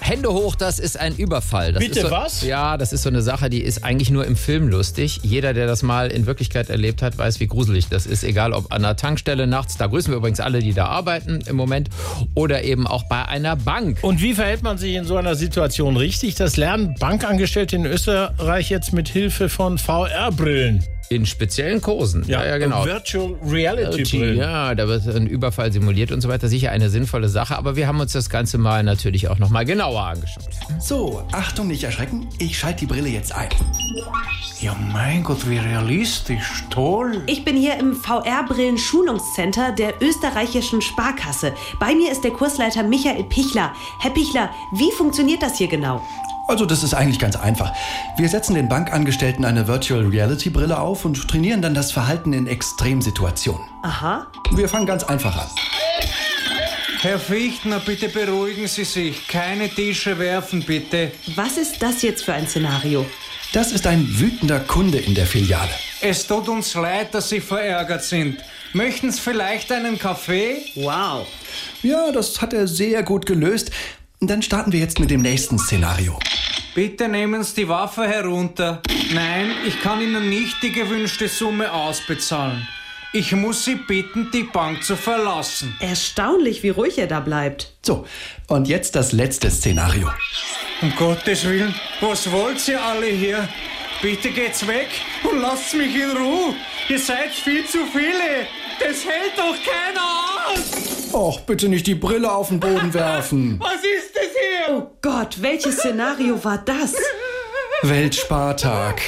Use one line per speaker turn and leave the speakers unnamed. Hände hoch, das ist ein Überfall. Das
Bitte
ist so,
was?
Ja, das ist so eine Sache, die ist eigentlich nur im Film lustig. Jeder, der das mal in Wirklichkeit erlebt hat, weiß, wie gruselig das ist. Egal ob an der Tankstelle nachts, da grüßen wir übrigens alle, die da arbeiten im Moment, oder eben auch bei einer Bank.
Und wie verhält man sich in so einer Situation richtig? Das lernen Bankangestellte in Österreich jetzt mit Hilfe von VR-Brillen.
In speziellen Kursen. Ja, ja, genau.
Virtual Reality-Brillen.
Ja, da wird ein Überfall simuliert und so weiter. Sicher eine sinnvolle Sache, aber wir haben uns das Ganze mal natürlich auch nochmal genauer angeschaut.
So, Achtung, nicht erschrecken. Ich schalte die Brille jetzt ein. Ja, mein Gott, wie realistisch. Toll.
Ich bin hier im VR-Brillen-Schulungscenter der österreichischen Sparkasse. Bei mir ist der Kursleiter Michael Pichler. Herr Pichler, wie funktioniert das hier genau?
Also, das ist eigentlich ganz einfach. Wir setzen den Bankangestellten eine Virtual Reality Brille auf und trainieren dann das Verhalten in Extremsituationen.
Aha.
Wir fangen ganz einfach an.
Herr Fichtner, bitte beruhigen Sie sich. Keine Tische werfen, bitte.
Was ist das jetzt für ein Szenario?
Das ist ein wütender Kunde in der Filiale.
Es tut uns leid, dass Sie verärgert sind. Möchten Sie vielleicht einen Kaffee?
Wow.
Ja, das hat er sehr gut gelöst. Dann starten wir jetzt mit dem nächsten Szenario.
Bitte nehmen Sie die Waffe herunter. Nein, ich kann Ihnen nicht die gewünschte Summe ausbezahlen. Ich muss Sie bitten, die Bank zu verlassen.
Erstaunlich, wie ruhig er da bleibt.
So, und jetzt das letzte Szenario.
Um Gottes Willen, was wollt ihr alle hier? Bitte geht's weg und lasst mich in Ruhe. Ihr seid viel zu viele. Das hält doch keiner aus.
Och, bitte nicht die Brille auf den Boden werfen.
Was ist das hier?
Oh Gott, welches Szenario war das?
Weltspartag.